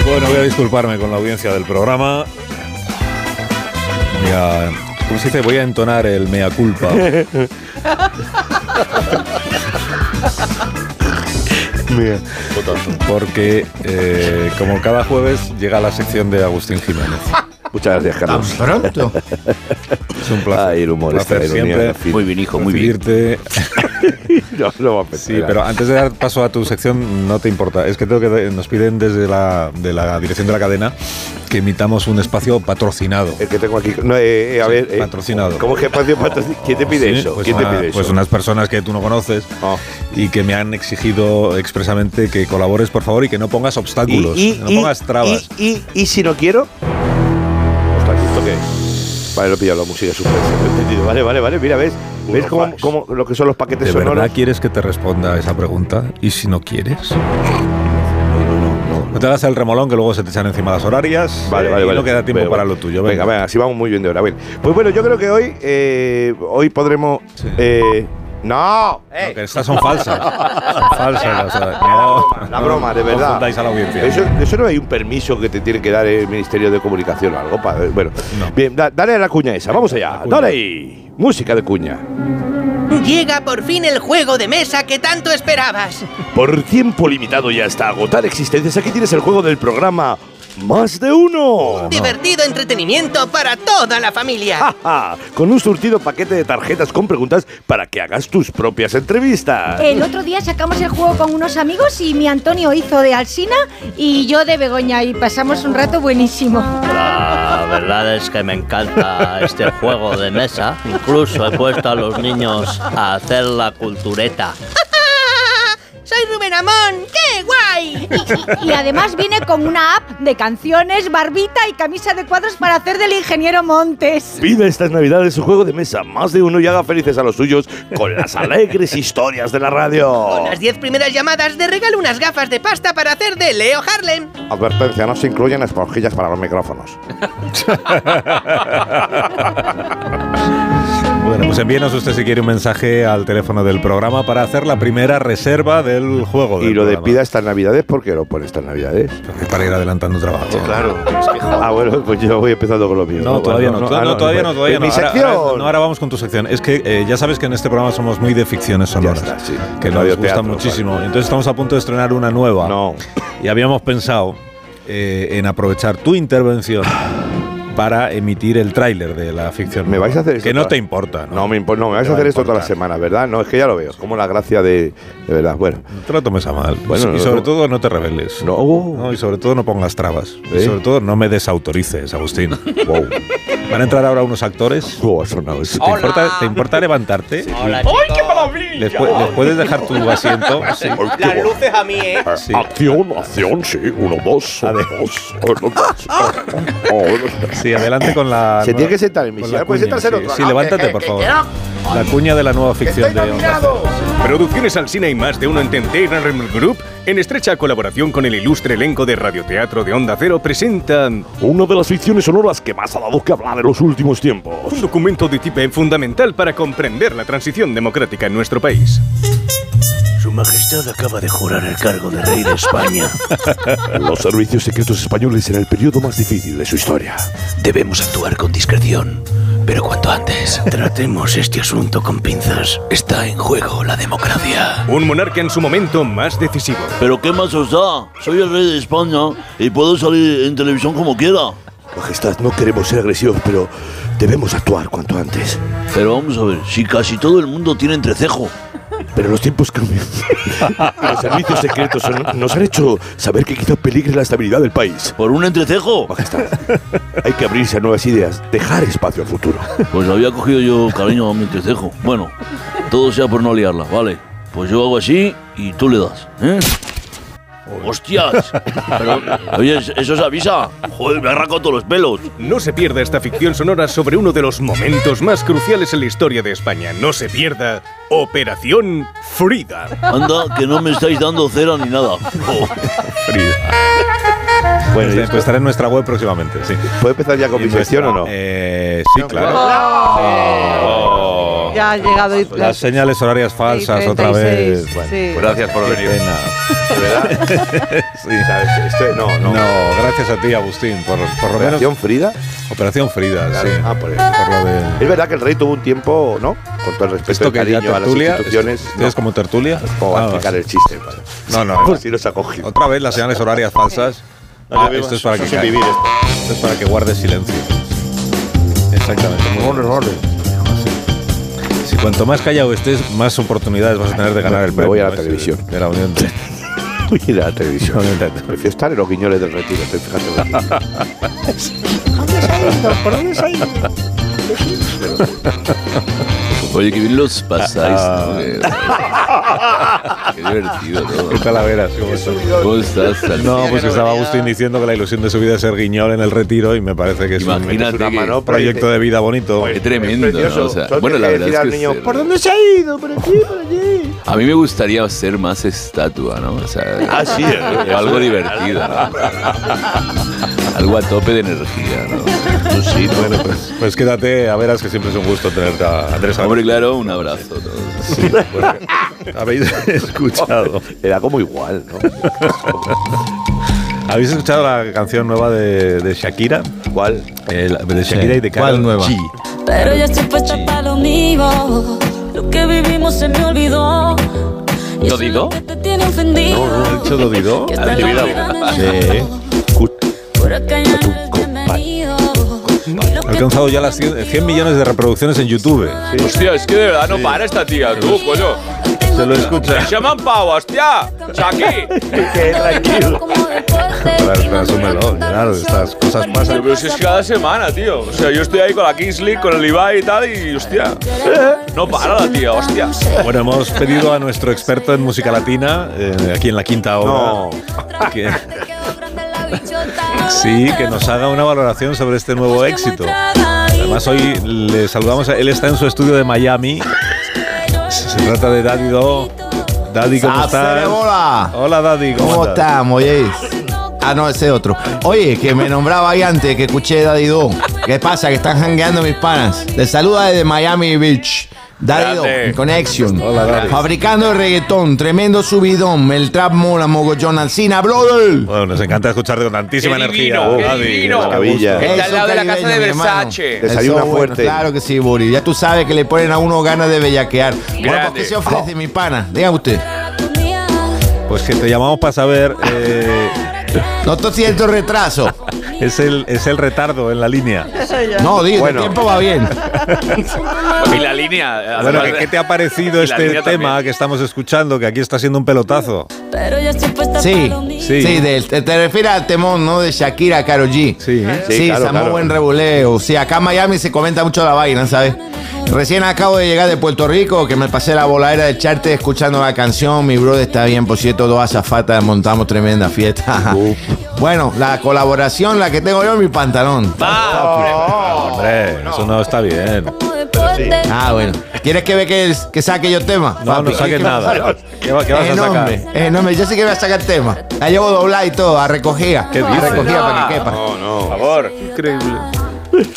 A: Bueno, voy a disculparme con la audiencia del programa. Voy a- ¿Cómo se dice? Voy a entonar el mea culpa. Porque, eh, como cada jueves, llega la sección de Agustín Jiménez.
C: Muchas gracias,
G: tan
C: Carlos.
G: pronto.
A: Es un placer.
C: Ay, el humor, esta
A: placer
C: ironía,
A: siempre
C: en fin.
I: Pues Muy bien, hijo, muy bien.
A: recibirte.
C: No, no va a
A: Sí, pero antes de dar paso a tu sección, no te importa. Es que tengo que nos piden desde la, de la dirección de la cadena que emitamos un espacio patrocinado.
C: El que tengo aquí. No, eh, eh, a ver. eh,
A: patrocinado.
C: ¿Cómo es que espacio patrocinado? ¿Quién te pide
A: Sí,
C: eso?
A: Pues,
C: ¿Quién te
A: una-
C: pide eso?
A: pues unas personas que tú no conoces
C: Ah.
A: y que me han exigido expresamente que colabores, por favor, y que no pongas
C: Y-
A: obstáculos,
C: y-
A: que no
C: y-
A: pongas trabas.
C: Y, y, y si no quiero. Ostras, ¿esto qué es? Vale, lo he pillado, la música es súper. lo he entendido. Vale, vale, vale, mira, ¿ves? ¿Ves cómo, cómo lo que son los paquetes
A: ¿De
C: sonoros?
A: verdad quieres que te responda a esa pregunta? ¿Y si no quieres? No te hagas el remolón que luego se te echan encima las horarias.
C: Vale,
A: eh,
C: vale,
A: y
C: vale.
A: No queda tiempo
C: Venga,
A: para
C: venga.
A: lo tuyo.
C: Venga,
A: Venga,
C: venga, así vamos muy bien de hora. Bien. Pues bueno, yo creo que hoy, eh, hoy podremos.
A: Sí.
C: eh, ¡No!
A: No, que estas son falsas. Son falsas. o sea, no,
C: La broma, de
A: no
C: verdad.
A: confundáis a la audiencia.
C: Eso, eso no hay un permiso que te tiene que dar el Ministerio de Comunicación o algo. Para, bueno,
A: No.
C: bien, da- dale a la cuña esa. Vamos allá.
A: cuña.
C: Dale ahí. Música de cuña.
E: Llega por fin el juego de mesa que tanto esperabas.
C: Por tiempo limitado y hasta agotar existencias, aquí tienes el juego del programa Más de Uno.
E: Divertido entretenimiento para toda la familia.
G: Ah.
C: Ja, ja, Ah, Con un surtido paquete de tarjetas con preguntas para que hagas tus propias entrevistas.
M: El otro día sacamos el juego con unos amigos y mi Antonio hizo de Alsina y yo de Begoña y pasamos un rato buenísimo.
E: La verdad es que me encanta este juego de mesa. Incluso he puesto a los niños a hacer la cultureta.
M: ¡Soy Rubén Amón! ¡Qué guay! Y, y- y además vine con una app de canciones, barbita y camisa de cuadros para hacer del ingeniero Montes.
C: Pide estas navidades su juego de mesa Más de Uno y haga felices a los suyos con las alegres historias de la radio.
E: Con las 10 primeras llamadas de regalo unas gafas de pasta para hacer de Leo Harlem.
C: Advertencia, no se incluyen esponjillas para los micrófonos.
A: Bueno, pues envíenos usted si quiere un mensaje al teléfono del programa para hacer la primera reserva del juego.
C: Y
A: del
C: lo de
A: programa.
C: pida estas navidades, ¿por qué lo pone estas navidades?
A: Para ir adelantando trabajo.
C: Claro. ah, bueno, pues yo voy empezando con lo mío.
A: No, todavía no,
C: Ah,
A: no, todavía no, todavía
C: En
A: no.
C: Mi
A: Ahora-
C: sección.
A: Ahora, no, ahora vamos con tu sección. Es que eh, ya sabes que en este programa somos muy de ficciones
C: ya
A: sonoras,
C: está, sí.
A: que nos
C: Radio
A: gusta
C: teatro,
A: muchísimo.
C: vale.
A: Entonces estamos a punto de estrenar una nueva.
C: No.
A: Y habíamos pensado eh, en aprovechar tu intervención para emitir el tráiler de la ficción.
C: ¿Me vais a hacer esto?
A: Que no
C: toda-
A: te importa.
C: No, me, impo- no, me vais a
A: Te va
C: hacer esto
A: importar.
C: todas las semanas, ¿verdad? No, es que ya lo veo. Es como la gracia de. De verdad, bueno.
A: No te lo tomes a mal.
C: Bueno,
A: y
C: no,
A: sobre
C: no.
A: todo no te rebeles.
C: No.
A: No, y sobre todo no pongas trabas. Y
C: ¿Eh?
A: sobre todo no me desautorices, Agustín.
C: Wow.
A: Van a entrar ahora unos actores.
C: Oh, ha sonado eso.
A: ¿Te importa, te importa levantarte? ¡Oh,
E: Hola, chicos.
A: ¿Les, pu- les puedes dejar tu asiento? Sí.
E: Las luces a mí, ¿eh?
A: Sí.
C: Ah, Acción, acción, sí. Uno, dos, uno, dos, uno, dos.
H: Ah.
C: Oh, oh,
A: Sí, adelante con la.
C: Se tiene que sentar en mi
A: ah, con
C: silla. pues.
A: la
C: Puede
A: cuña,
N: pues
C: sentarse en
A: sí.
C: otro
A: Sí,
C: lado.
A: levántate, por favor. La cuña de la nueva ficción de Onda Cero.
O: Producciones Alsina y más de uno en Tente Group, en estrecha colaboración con el ilustre elenco de Radioteatro de Onda Cero, presentan
C: Una de las ficciones sonoras que más ha dado que hablar en los últimos tiempos.
O: un documento de tipo fundamental para comprender la transición democrática en nuestro país.
K: Su Majestad acaba de jurar el cargo de rey de España.
C: Los servicios secretos españoles en el periodo más difícil de su historia.
K: Debemos actuar con discreción, pero cuanto antes. Tratemos este asunto con pinzas. Está en juego la democracia.
O: Un monarca en su momento más decisivo.
F: ¿Pero qué más os da? Soy el rey de España y puedo salir en televisión como quiera.
C: Majestad, no queremos ser agresivos, pero debemos actuar cuanto antes.
F: Pero vamos a ver, si casi todo el mundo tiene entrecejo.
C: Pero los tiempos cambian. Los servicios secretos son- nos han hecho saber que quizá peligre la estabilidad del país.
F: ¿Por un entrecejo?
C: Majestad, hay que abrirse a nuevas ideas, dejar espacio al futuro.
F: Pues había cogido yo cariño a mi entrecejo. Bueno, todo sea por no liarla, vale. Pues yo hago así y tú le das, ¿eh? ¡Hostias! Pero, oye, eso se avisa. Joder, me arranco todos los pelos.
O: No se pierda esta ficción sonora sobre uno de los momentos más cruciales en la historia de España. No se pierda Operación Frida.
F: Anda, que no me estáis dando cera ni nada.
A: Bueno, pues estará en nuestra web próximamente, sí.
N: ¿Puede empezar ya con mi sección o no?
A: Eh, sí, claro. Oh.
E: Ya ha llegado y
A: Las señales horarias falsas otra vez.
E: 36,
A: Bueno,
E: sí.
A: pues
B: Gracias por
A: qué
B: venir.
A: pena. Sí. no, no. gracias a ti, Agustín, por, por lo menos.
N: ¿Operación Frida?
A: Operación Frida,
N: Claro.
A: sí.
N: Ah, por eso.
A: lo de-
N: Es verdad que el rey tuvo un tiempo, ¿no? Con todo el respeto
A: Esto
N: y
A: que ya
N: cariño a las
A: tertulia.
N: instituciones.
A: ¿Esto es como tertulia?
N: Como
A: Ah,
N: a explicar
A: sí.
N: el chiste. padre.
A: No, no.
N: Por si nos ha cogido.
A: Otra vez las señales horarias falsas.
N: No te
A: Ah,
N: bebas,
A: esto es para
N: eso
A: que
N: es
A: calles.
N: vivir esto.
A: Esto es para que guardes silencio. Exactamente. muy bien. Si cuanto más callado estés, más oportunidades vas a tener de ganar el premio.
N: voy a la
A: ¿no? Ese
N: televisión.
A: De la Unión.
N: Voy a ir a la televisión. Prefiero estar en los guiñoles del retiro. Estoy fijando.
H: ¿Por dónde se ha ido?
J: Oye, qué bien los pasáis. ¿no? Eh, Qué divertido, ¿no?
A: ¿Qué calaveras? ¿Cómo estás?
J: ¿Cómo estás, Salsín?
A: No, pues que estaba Agustín diciendo que la ilusión de su vida es ser guiñol en el retiro y me parece que es un-
J: Imagínate
A: es un
J: que-
A: manopla, proyecto de vida bonito.
J: Qué tremendo, ¿no? O sea, bueno, la verdad es que ser-
H: ¿Por dónde se ha ido? Por aquí, por allí.
J: a mí me gustaría ser más estatua, ¿no? O sea,
H: Ah, sí,
J: o
H: eh.
J: algo divertido, ¿no? Algo a tope de energía, ¿no? Tú sí, ¿no?
A: Bueno, pues, pues quédate, a veras que siempre es un gusto tenerte a Andrés.
J: Hombre, claro, un abrazo. ¿no?
A: Sí, porque habéis escuchado.
N: Era como igual, ¿no?
A: ¿Habéis escuchado la canción nueva de, de Shakira? Eh,
N: ¿Cuál?
A: de Shakira y de
G: ¿Cuál
A: Karol
G: nueva?
A: G.
P: Pero ya estoy puesta para lo mío. Lo que vivimos se me olvidó.
B: ¿Lo digo?
P: Te tiene ofendido.
A: ¿Has dicho lo digo?
P: Que hasta la vida Por acá ya no eres bienvenido.
A: Ha alcanzado ya las 100, 100 millones de reproducciones en YouTube.
B: Hostia, es que de verdad no para esta tía, tú, coño.
A: Se lo escucha.
B: Se llaman pavo, hostia. Shaki.
A: Asúmelo, claro, estas cosas pasan.
B: Pero si es cada semana, tío. O sea, yo estoy ahí con la Kings League, con el Ibai y tal, y hostia. No para la tía, hostia.
A: Bueno, hemos pedido a nuestro experto en música latina, eh, aquí en la quinta hora, que, sí, que nos haga una valoración sobre este nuevo éxito. Además, hoy le saludamos, a- él está en su estudio de Miami. Se trata de Daddy Do. Daddy,
G: Ah,
A: ¿cómo estás?
G: Hacele bola.
A: Hola, Daddy, ¿cómo,
G: ¿Cómo
A: estás?
G: estamos, oye? Ah, no, ese otro. Oye, que me nombraba ahí antes, que escuché Daddy Do. ¿Qué pasa? Que están jangueando mis panas. Les saluda desde Miami Beach. Daddy Do,
A: Grande.
G: en Connection.
A: Hola, Daddy.
G: Fabricando el reggaetón, tremendo subidón. El trap mola, mogollón, alcina, brother.
A: Bueno, nos encanta escucharte con tantísima
B: Qué
A: energía.
B: divino,
C: Ah,
B: qué
A: Daddy.
B: divino.
A: Qué
N: Maravilla.
A: gusto.
B: Está al lado de la casa de
G: mi hermano.
B: Versace.
N: Desayuna
G: Eso, bueno,
N: fuerte.
G: claro que sí, Buri. Ya tú sabes que le ponen a uno ganas de bellaquear. Bueno, ¿por
A: Grande.
G: qué se ofrece, mi pana? Diga usted.
A: Pues que te llamamos para saber. eh,
G: Noto cierto retraso.
A: es, el, es el retardo en la línea.
G: No, digo,
A: Bueno.
G: el tiempo va bien.
B: Y la línea.
A: Bueno,
B: además
A: ¿qué,
B: de-
A: qué te ha parecido
B: y la
A: este
B: línea
A: tema
B: también.
A: que estamos escuchando? Que aquí está siendo un pelotazo.
P: Pero ya estoy puesta
G: Sí,
P: para lo mío.
G: sí, del- te, te refieres al temón, ¿no? De Shakira, Karol G. Sí, sí,
N: Sí, claro,
G: está muy
N: claro.
G: buen rebuleo. Sí, acá en Miami se comenta mucho la vaina, ¿sabes? Recién acabo de llegar de Puerto Rico, que me pasé la voladera de charte escuchando la canción. Mi brother está bien, por cierto, dos azafatas, montamos tremenda fiesta. bueno, la
H: Ah,
G: colaboración, la que tengo yo en mi pantalón.
A: Hombre, eso no está bien.
P: Pero
G: Sí. Ah, bueno. ¿Quieres que ve que, que saque yo tema? Eh,
A: No, no saques nada. ¿Qué va- qué vas a
G: enorme,
A: sacar?
G: enorme. Yo sí que voy a sacar tema. La llevo doblada y todo, a recogida.
A: ¿Qué
G: A
A: dices?
G: recogida
J: Ah.
G: para que quepa.
A: No, no. Por favor. Increíble.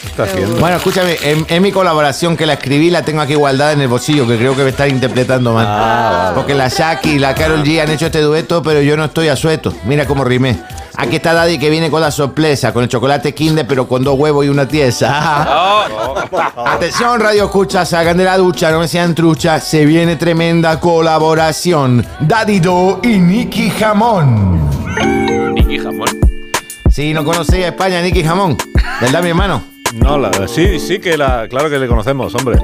A: Está haciendo.
G: Bueno, escúchame, en, en mi colaboración que la escribí la tengo aquí guardada en el bolsillo, que creo que me están interpretando
A: Ah,
G: mal. Porque la Shaki y la Carol G han hecho este dueto, pero yo no estoy asueto. Mira cómo rimé. Aquí está Daddy que viene con la sorpresa, con el chocolate Kinder, pero con dos huevos y una tiesa.
A: Oh.
G: Atención, radio escucha, salgan de la ducha, no me sean trucha. Se viene tremenda colaboración. Daddy Do y Nicky Jamón.
B: Nicky Jamón.
G: Si no conocéis a España, Nicky Jamón. ¿Verdad, mi hermano?
A: No, la, sí, sí que la, claro que le conocemos, hombre.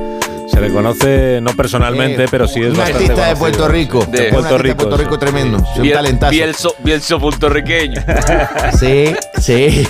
A: Se le conoce no personalmente,
G: Eh,
A: pero sí es
G: un
A: bastante
G: artista de
A: conocido.
G: Puerto Rico.
A: De
G: Un
A: Puerto
G: artista de
A: Rico.
G: Puerto Rico tremendo. Es un talentazo.
B: Bielso, Bielso puertorriqueño.
G: Sí, sí.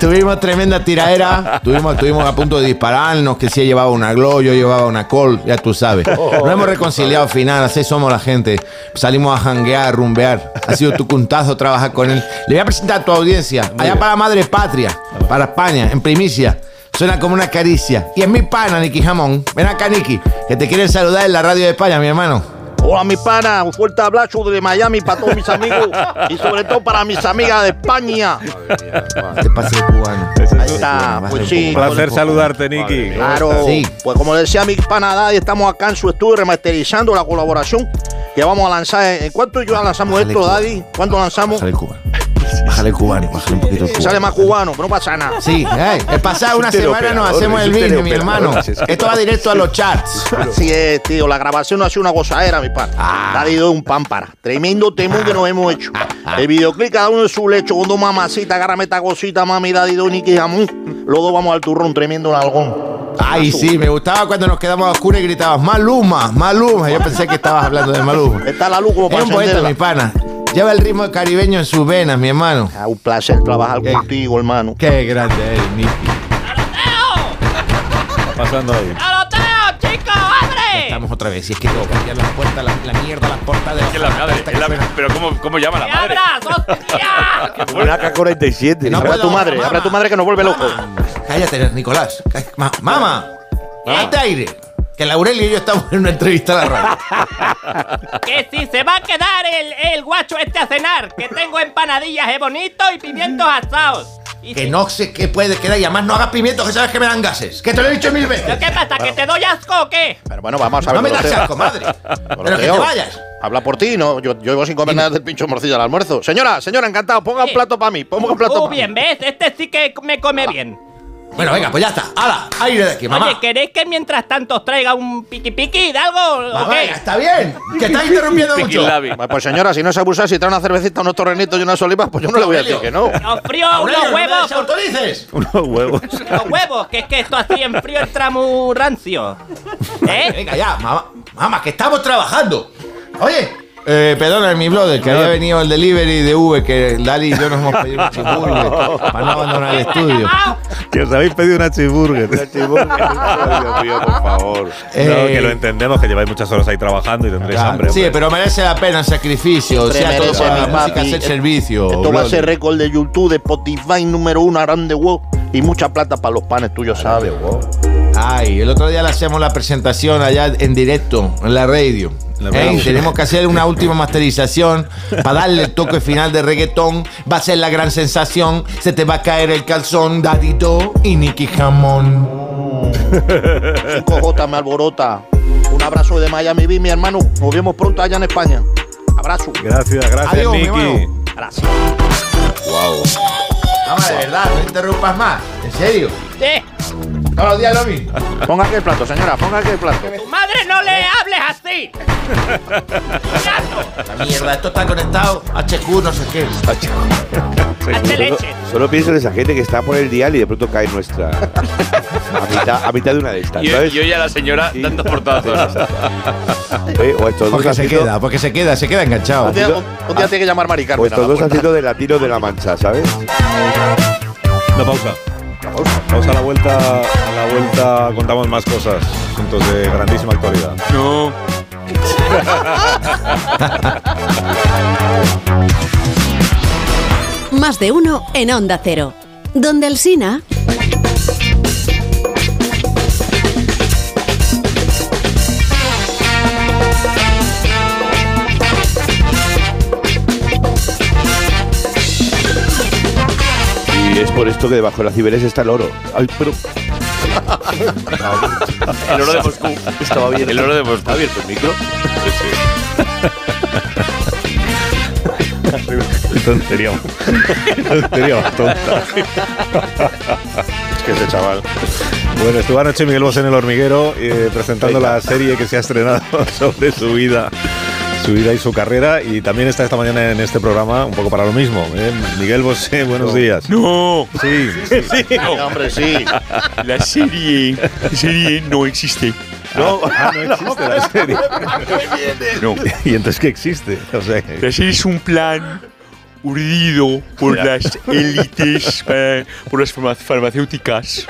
G: tuvimos tremenda tiradera. Tuvimos, estuvimos a punto de dispararnos, que si él llevaba una glow, yo llevaba una col, ya tú sabes. Nos hemos reconciliado al final, así somos la gente. Salimos a janguear, a rumbear. Ha sido tu cuntazo trabajar con él. Le voy a presentar a tu audiencia, allá para la madre patria, para España, en primicia. Suena como una caricia. Y es mi pana, Nicky Jamón. Ven acá, Nicky, que te quieren saludar en la radio de España, mi hermano.
N: Hola, mi pana. Un fuerte abrazo de Miami para todos mis amigos y sobre todo para mis amigas de España.
G: Te pasé cubano.
N: Ahí está, pues sí.
A: Un placer saludarte, Nicky.
N: Claro, pues como decía mi pana Daddy, estamos acá en su estudio remasterizando la colaboración que vamos a lanzar. ¿En cuánto yo lanzamos esto,
G: Cuba.
N: Daddy? ¿Cuánto lanzamos?
G: Bájale el cubano. Bájale el cubano, bájale un poquito el cubano.
N: Sale más cubano, pero no pasa nada.
G: Sí, eh, el pasado una
N: Es un
G: semana nos
N: teleoperador,
G: hacemos
N: es
G: el
N: un
G: vídeo, mi
N: teleoperador,
G: hermano.
N: sí, sí.
G: Esto va directo a los charts.
N: Así es, eh, tío. La grabación no ha sido una gozadera, mi pana.
G: Ah.
N: Daddy Doy un pámpara. Tremendo temón que nos hemos hecho. El videoclip, cada uno en su lecho, con dos mamacitas, agárrame esta cosita, mami, Daddy Doy, Nicky Jamón. Los dos vamos al turrón, tremendo nalgón.
G: Ay, sí, me gustaba cuando nos quedamos a oscuras y gritabas, Maluma, Maluma. Yo pensé que estabas hablando de Maluma.
N: Está la luz como
G: Es
N: para
G: un poeta,
N: encenderla.
G: mi pana. Lleva el ritmo caribeño en sus venas, mi hermano.
N: Ah, un placer trabajar contigo, hermano.
G: Qué grande eres, Nicky.
A: Pasando ahí.
G: Estamos otra vez. Si es que tengo que cambiar las puertas, la, la mierda, las puertas de
B: Es la madre, es la- pero ¿cómo, cómo llama la madre?
C: Una K47.
G: No
N: Habla
G: puedo,
N: tu madre,
G: mamá.
N: habla tu madre que nos vuelve loco.
G: Cállate, Nicolás. Cá- ma- Mamá,
N: Ah.
G: date aire. Que Laurel y yo estamos en una entrevista a la radio.
Q: Que si se va a quedar el, el guacho este a cenar, que tengo empanadillas de bonito y pimientos asados.
G: Que no sé qué puede quedar y además no hagas pimientos que sabes que me dan gases. Que te lo he dicho mil veces.
Q: ¿Pero qué pasa? ¿Que te doy asco o qué?
N: Pero bueno, vamos a
G: No
N: ver.
G: me
N: Doroteo.
G: das asco, madre. Pero que te
N: Doroteo,
G: vayas.
N: Habla por ti, no, yo, yo llevo sin comer nada del pincho de morcilla al almuerzo. Señora, señora, encantado, ponga un plato para mí, ponga un plato
Q: Muy
N: para mí.
Q: bien, ¿ves? Este sí que me come bien.
G: Oh, Bueno, venga, pues ya está. ¡Hala! Ah, ¡Aire de aquí, mamá!
Q: Oye, ¿queréis que mientras tanto os traiga un piqui piqui de algo?
G: Mamá,
Q: o qué?
G: venga, está bien. Que está interrumpiendo mucho.
N: Bueno, Pues señora, si no se abusa, si trae una cervecita, unos torrenitos y unas olivas, pues yo no le voy a decir que no.
Q: Os frío
G: Aurelio,
Q: unos
G: no me
Q: huevos.
G: desautorices.
A: Unos huevos.
Q: Los huevos, que es que esto así en frío entra muy rancio. ¿Eh?
G: Venga, ya, mamá. Mamá, que estamos trabajando. Oye. Eh, perdona, mi brother, que había venido el delivery de V, que Dali y yo nos hemos pedido un chipurgue para no abandonar el estudio.
A: Que os habéis pedido una cheeseburger.
H: Ah,
C: por favor.
A: No, que lo entendemos, que lleváis muchas horas ahí trabajando y tendréis hambre.
G: Eh. Sí,
A: hombre.
G: pero merece la pena el sacrificio. O
N: Siempre
G: sea, todo
N: merece,
G: para la
N: mi
G: música
N: papi.
G: hacer servicio.
N: Esto va a
G: brother.
N: ser récord de YouTube, de Spotify número uno, grande wow. Y mucha plata para los panes, tú ya sabes.
G: Ay, el otro día le hacemos la presentación allá en directo, en la radio.
N: La
G: ¿Eh?
N: radio.
G: Tenemos que hacer una última masterización para darle el toque final de reggaetón. Va a ser la gran sensación. Se te va a caer el calzón, Dadito y Nicky Jamón.
N: 5J me alborota. Un abrazo de Miami Beach, mi hermano. Nos vemos pronto allá en España. Abrazo.
A: Gracias, gracias,
N: Adiós, mi
A: Nicky.
N: hermano. Gracias.
A: Wow.
G: Mamá, de verdad, no interrumpas más. ¿En serio? Todos los días lo mismo.
N: Ponga aquí el plato, señora, ponga aquí el plato.
Q: ¡Tu madre no le hables así!
G: La mierda, esto está conectado. HQ, no sé qué.
C: Solo, solo pienso en esa gente que está por el dial y de pronto cae nuestra. a, mitad, a mitad de una de estas.
B: Y yo,
C: ¿sabes?
B: y a la señora dando portazos.
C: Eh, O estos dos
G: Porque se
C: haciendo-
G: queda, porque se queda, se queda enganchado.
N: Un día, un- un día tiene que llamar Mari
C: O
N: Carmen. a
C: pues estos
N: la
C: dos
N: puerta.
C: haciendo de latino de la mancha, ¿sabes?
A: No, pausa. Pausa a la vuelta. A la vuelta contamos más cosas. Puntos de grandísima actualidad. No.
L: Más de uno en Onda Cero. Donde Alsina.
C: por esto que debajo de las ciberes está el oro. Ay, pero.
B: El oro de Moscú.
C: Estaba abierto.
B: El oro de Moscú.
C: ¿Está abierto el micro?
A: Tontería. Tontería más tonta.
C: Es que ese chaval.
A: Bueno, estuvo anoche Miguel Bosé en El Hormiguero eh, presentando la serie que se ha estrenado sobre su vida. Su vida y su carrera, y también está esta mañana en este programa, un poco para lo mismo. ¿eh? Miguel Bosé, buenos días.
J: ¡No!
A: Sí,
J: sí, sí.
N: No, hombre, sí.
J: La serie, la serie no existe.
A: No, ah, no existe la serie.
J: No.
A: ¿Y entonces qué existe? O sea,
J: La serie es un plan urdido por
A: Ya.
J: las élites, eh, por las farma- farmacéuticas,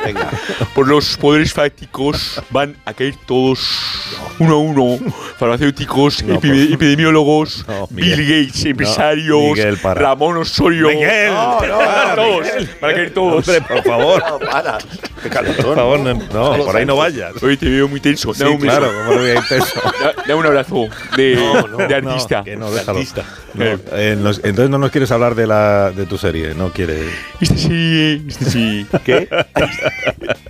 J: por los poderes fácticos, van a caer todos uno a uno, farmacéuticos,
A: No,
J: epi-
A: por
C: pues.
A: favor.
J: epidemiólogos,
A: No, Miguel.
J: Bill Gates,
A: No,
J: empresarios,
A: Miguel, para.
J: Ramón Osorio,
A: Miguel,
J: No, no,
A: para,
J: Ah, todos, van a caer todos.
A: Hombre, por favor.
J: No,
A: para. Por favor, no, no, por ahí no vayas.
J: Hoy te veo muy tenso.
A: Sí,
J: Dame un beso.
A: claro, cómo no voy a ir tenso.
J: Da, dame un abrazo de,
A: No, no,
J: de
A: no,
J: artista.
A: que no,
J: De
A: déjalo.
J: artista.
A: No, eh, nos- entonces no nos quieres hablar de la de tu serie, no quieres.
J: Esta serie, esta serie. ¿Qué?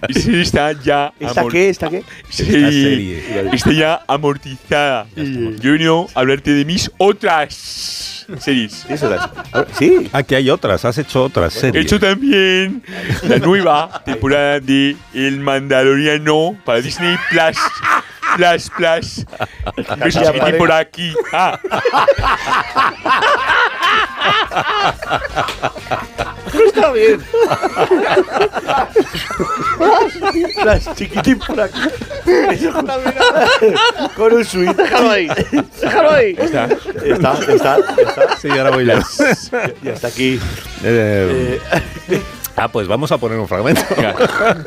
J: Esta serie está ya
R: ¿Esta
J: amor-
R: qué? ¿Esta qué?
J: Esta
R: Esta
J: serie
R: serie.
J: está ya amortizada. Yo he venido a hablarte de mis otras series.
A: Sí. Aquí Ah, hay otras, has hecho otras
J: He
A: series.
J: hecho también la nueva temporada de El Mandaloriano para Disney Plus. Plus, plus. Besos
R: Ya
J: que
R: pare-
J: te por aquí. Ah.
R: Está bien. Las chiquitín por aquí. Con un suite.
N: Déjalo ahí. Déjalo ahí.
R: Está, está, está.
A: Sí, ahora voy yo.
R: Y hasta aquí.
A: Eh, ah, pues vamos a poner un fragmento.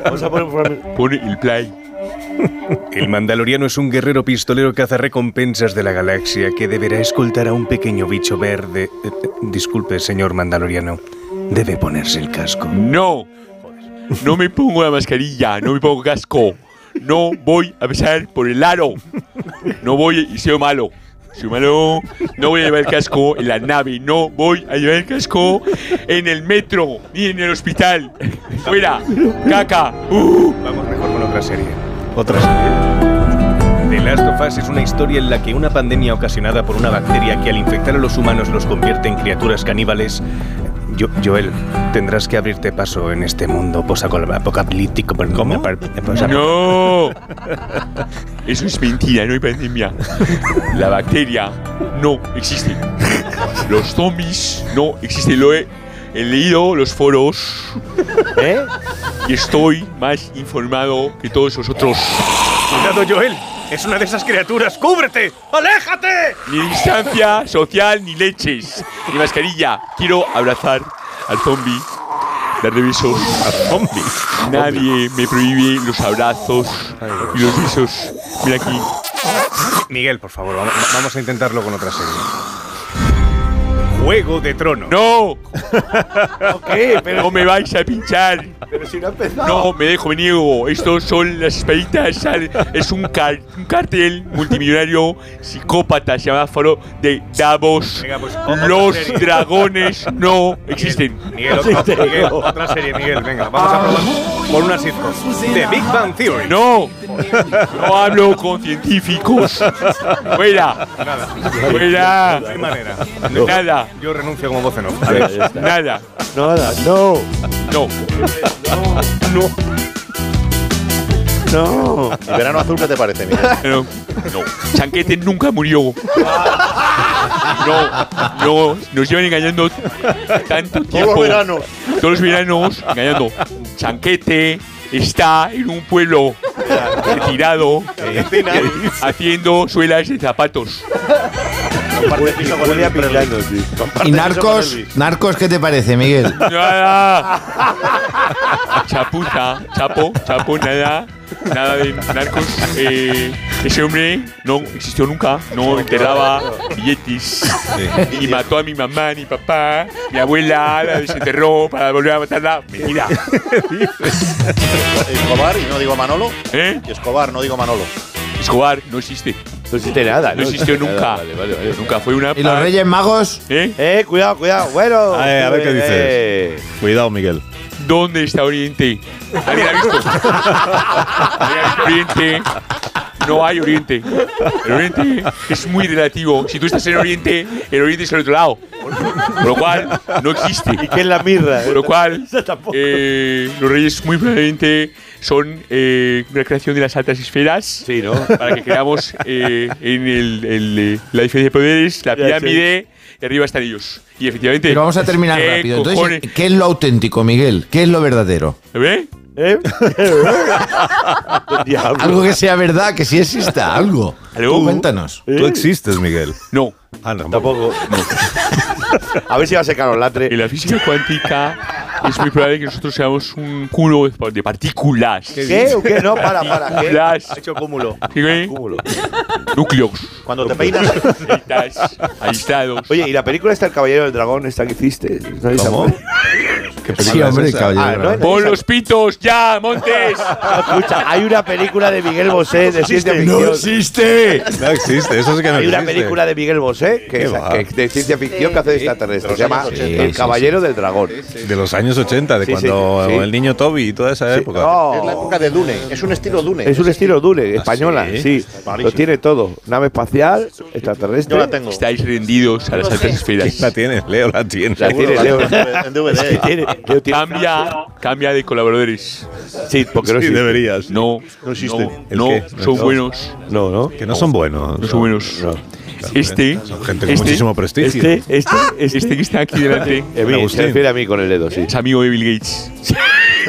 R: Vamos a poner un fragmento.
J: Pone el play.
O: El Mandaloriano es un guerrero pistolero cazarrecompensas de la galaxia que deberá escoltar a un pequeño bicho verde. Eh, eh, disculpe, señor Mandaloriano. Debe ponerse el casco.
J: No. No me pongo la mascarilla, no me pongo casco. No voy a pasar por el aro. No voy y soy malo. Soy malo. No voy a llevar el casco en la nave. No voy a llevar el casco en el metro ni en el hospital. Fuera. Caca. Uh.
O: Vamos mejor con otra serie. Otra serie. The Last of Us es una historia en la que una pandemia ocasionada por una bacteria que al infectar a los humanos los convierte en criaturas caníbales. Yo- Joel, tendrás que abrirte paso en este mundo posapocalíptico. ¿Cómo? Pues
J: No. Eso es mentira, no hay pandemia. La bacteria no existe. Los zombies no existen. Lo he, he leído los foros. ¿Eh? Y estoy más informado que todos vosotros.
H: Cuidado, Joel. Es una de esas criaturas. ¡Cúbrete! ¡Aléjate!
J: Ni distancia social, ni leches, ni mascarilla. Quiero abrazar al zombie. Darle besos al zombie. Nadie me prohíbe los abrazos y los besos. Mira aquí.
O: Miguel, por favor, vamos- vamos a intentarlo con otra serie. Juego de Tronos.
J: ¡No! ¿Qué? No me vais a pinchar.
R: Pero si no ha
O: Pues
R: empezado.
J: No, me dejo, me niego. Estos son las espaditas. sal- Es un, car- un cartel multimillonario psicópata. Se llama Foro de Davos.
A: otra
J: Los
A: serie.
J: dragones no existen.
O: pues, Miguel, otra, Miguel, otra serie, Miguel, venga, vamos a probar por una sitcom. The Big Bang Theory.
J: No, no hablo con científicos. Fuera,
O: Nada.
J: fuera.
O: No hay manera.
J: Nada,
O: Yo renuncio como voz en off.
J: nada.
R: Nada, no.
J: No.
R: No. No.
N: El verano azul, ¿qué te parece, Miguel?
J: No, no. Chanquete nunca murió. No, no, nos llevan engañando tanto tiempo.
N: los veranos.
J: Todos los veranos engañando. Chanquete está en un pueblo retirado haciendo suelas de zapatos.
N: Comparte piso con Elia Pirelli.
G: ¿Y narcos? ¿Narcos qué te parece, Miguel?
J: Nada. Chapuza, chapo, chapo, nada. Nada de narcos. Eh, ese hombre no existió nunca. No enterraba billetes. Ni mató a mi mamá, ni papá. Mi abuela la desenterró para volver a matarla. Mentira.
N: Escobar, y no digo Manolo.
J: ¿Eh?
N: Y Escobar, no digo Manolo.
J: Escobar no existe.
R: No existe nada.
J: No existió nunca. Nunca fue una.
G: ¿Y los Reyes Magos?
J: ¿Eh?
R: Eh, cuidado, cuidado. Bueno.
A: A ver, a ver qué dices.
R: Eh.
A: Cuidado, Miguel.
J: ¿Dónde está Oriente? ¿Alguien ha visto? ¿Alguien ha visto Oriente? No hay Oriente. El Oriente es muy relativo. Si tú estás en Oriente, el Oriente es el otro lado. Por lo cual, no existe. ¿Y qué es la mirra? Por lo cual, eh, los reyes muy probablemente son eh, una creación de las altas esferas. Sí, ¿no? Para que creamos eh, en el- el, eh, la diferencia de poderes, la
C: Ya, sí.
J: pirámide, y arriba están ellos. Y efectivamente.
G: Pero vamos a terminar
J: ¿qué
G: rápido.
J: cojones?
G: Entonces, ¿qué es lo auténtico, Miguel? ¿Qué es lo verdadero?
J: ¿Eh?
G: Algo que sea verdad, que sí exista, algo. Tú cuéntanos.
A: Tú existes, Miguel.
J: No.
A: Ah, no. Tampoco.
J: A ver si va a secar los latre. En la física cuántica es muy probable que nosotros seamos un culo de pa- de partículas.
C: ¿Qué? ¿O qué? No, para, para. ¿Qué?
J: Partículas.
C: Ha hecho cúmulo.
J: ¿Sí, güey? Núcleos.
C: Cuando te peinas.
J: aislados.
C: Oye, ¿y la película está El Caballero del Dragón, esta que hiciste? ¿Cómo?
J: Sí, hombre, El Caballero
C: Ah,
J: del Dragón. Pon los pitos ya, Montes.
C: Escucha, hay una película de Miguel Bosé de ciencia ficción.
A: existe! No existe, eso sí que no
C: Hay
A: existe.
C: una película de Miguel Bosé que,
A: ¿Qué
C: es-
A: va?
C: que- de ciencia ficción que hace de extraterrestre. Se llama
A: Sí,
C: El
A: sí,
C: Caballero del Dragón.
A: De los años 80, de
C: Sí, sí,
A: cuando
C: sí.
A: el niño Toby y toda esa época.
N: Es la época de Dune. Es un estilo Dune.
C: Es un estilo Dune, española,
A: sí?
C: Ah, sí. Lo tiene todo. Nave espacial, extraterrestre.
J: Estáis rendidos a las altas esferas.
A: La tienes, Leo, la tienes.
C: La tiene Leo. Es que tiene- Leo tiene-
J: Cambia, cambia de colaboradores.
C: Sí, porque no
A: Sí,
C: existe.
A: deberías.
J: No, no
A: existen.
J: No,
A: ¿El qué?
J: son
A: No.
J: buenos.
C: No, no.
A: Que no son buenos.
J: No son buenos. Este,
A: Son gente con muchísimo prestigio.
J: Este, este,
C: Ah,
J: este que está aquí delante.
C: Eh, mira, se refiere a mí con el dedo, sí.
J: Es amigo de Bill Gates.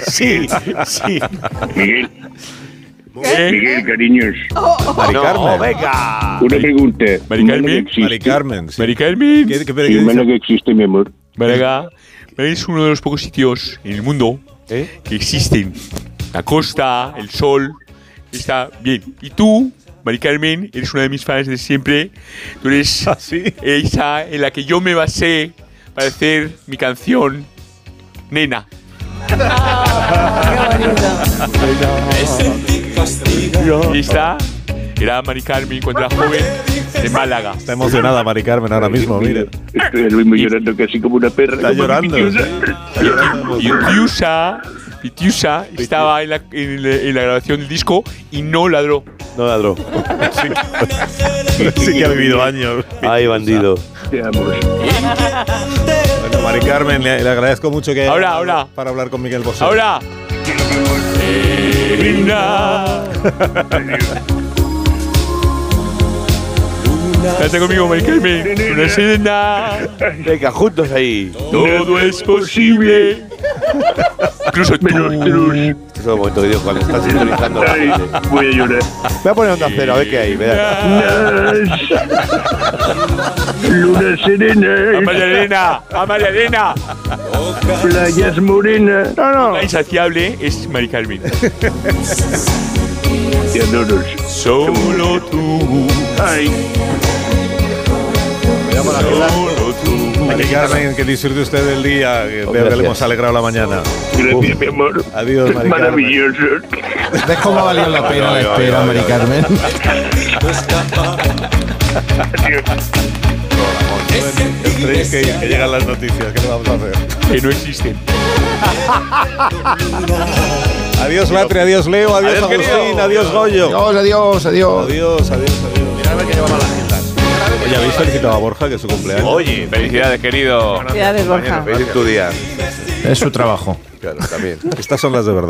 C: Sí, sí.
F: Miguel.
G: ¿Eh?
F: Miguel, cariños.
J: oh,
A: Mari Carmen.
F: Una pregunta.
J: Mari Carmen.
A: Mari Carmen. sí.
J: Mari Carmen.
A: ¿Qué- qué- pero qué
F: Y
A: dice?
F: menos que existe, mi amor.
J: Málaga, Málaga es uno de los pocos sitios en el mundo
A: ¿Eh?
J: que existen. La costa, el sol, está bien. Y tú, Mari Carmen, eres una de mis fans de siempre. Tú eres
A: Ah,
J: esa en la que yo me basé para hacer mi canción, Nena. Y está, era Mari Carmen cuando era joven de Málaga.
A: Está emocionada Mari Carmen ahora mismo, mire.
F: Estoy el mismo llorando casi como una perra.
A: Está
F: como
A: llorando,
F: pitiusa.
J: Pitiusa, Pitiusa estaba en la, en la- en la grabación del disco y no ladró.
C: No ladró.
A: Sí que ha vivido años.
C: Ay, bandido.
F: Te amo.
A: Bueno, Mari Carmen, le, le agradezco mucho que
J: Ahora,
A: ahora. para hablar con Miguel Bosé.
J: Ahora. Nena. Canta conmigo, Mari Carmen. Una serena.
C: Venga, juntos ahí.
J: Todo es posible. Incluso tú.
C: Este Es el momento que Dios cuando está sintonizando la
F: Ay,
C: gente.
F: voy a llorar.
C: Voy a poner onda cero, a ver qué hay. verá.
F: Luna serena.
J: Amalia Elena. Amalia Elena.
F: Playas morenas.
C: No, no.
J: La insaciable es Mari Carmen.
F: Te adoro.
J: Solo tú.
F: Ay.
J: Solo tú.
A: Mari Carmen, que disfrute usted del día, que de verdad le
C: gracias.
A: hemos alegrado la mañana.
F: Gracias, mi amor.
A: Adiós, Mari Carmen.
F: Maravilloso.
G: ¿Ves cómo valió la pena la espera, Mari Carmen?
A: Esperéis que, que llegan las noticias, ¿qué le vamos a hacer?
J: Que no existen.
A: Adiós, Latre, adiós, Leo, adiós,
J: Adiós,
A: Agustín,
J: querido.
A: adiós, Goyo.
G: Adiós, adiós, adiós.
A: Adiós, adiós, adiós. Mirad a ver qué llevamos las agendas. Oye, habéis felicitado a Borja, que es su cumpleaños.
J: Oye,
B: Felicidades, querido.
D: Felicidades, Borja.
C: Feliz tu día.
G: Es su trabajo.
C: Claro, también.
A: Estas son las de verdad.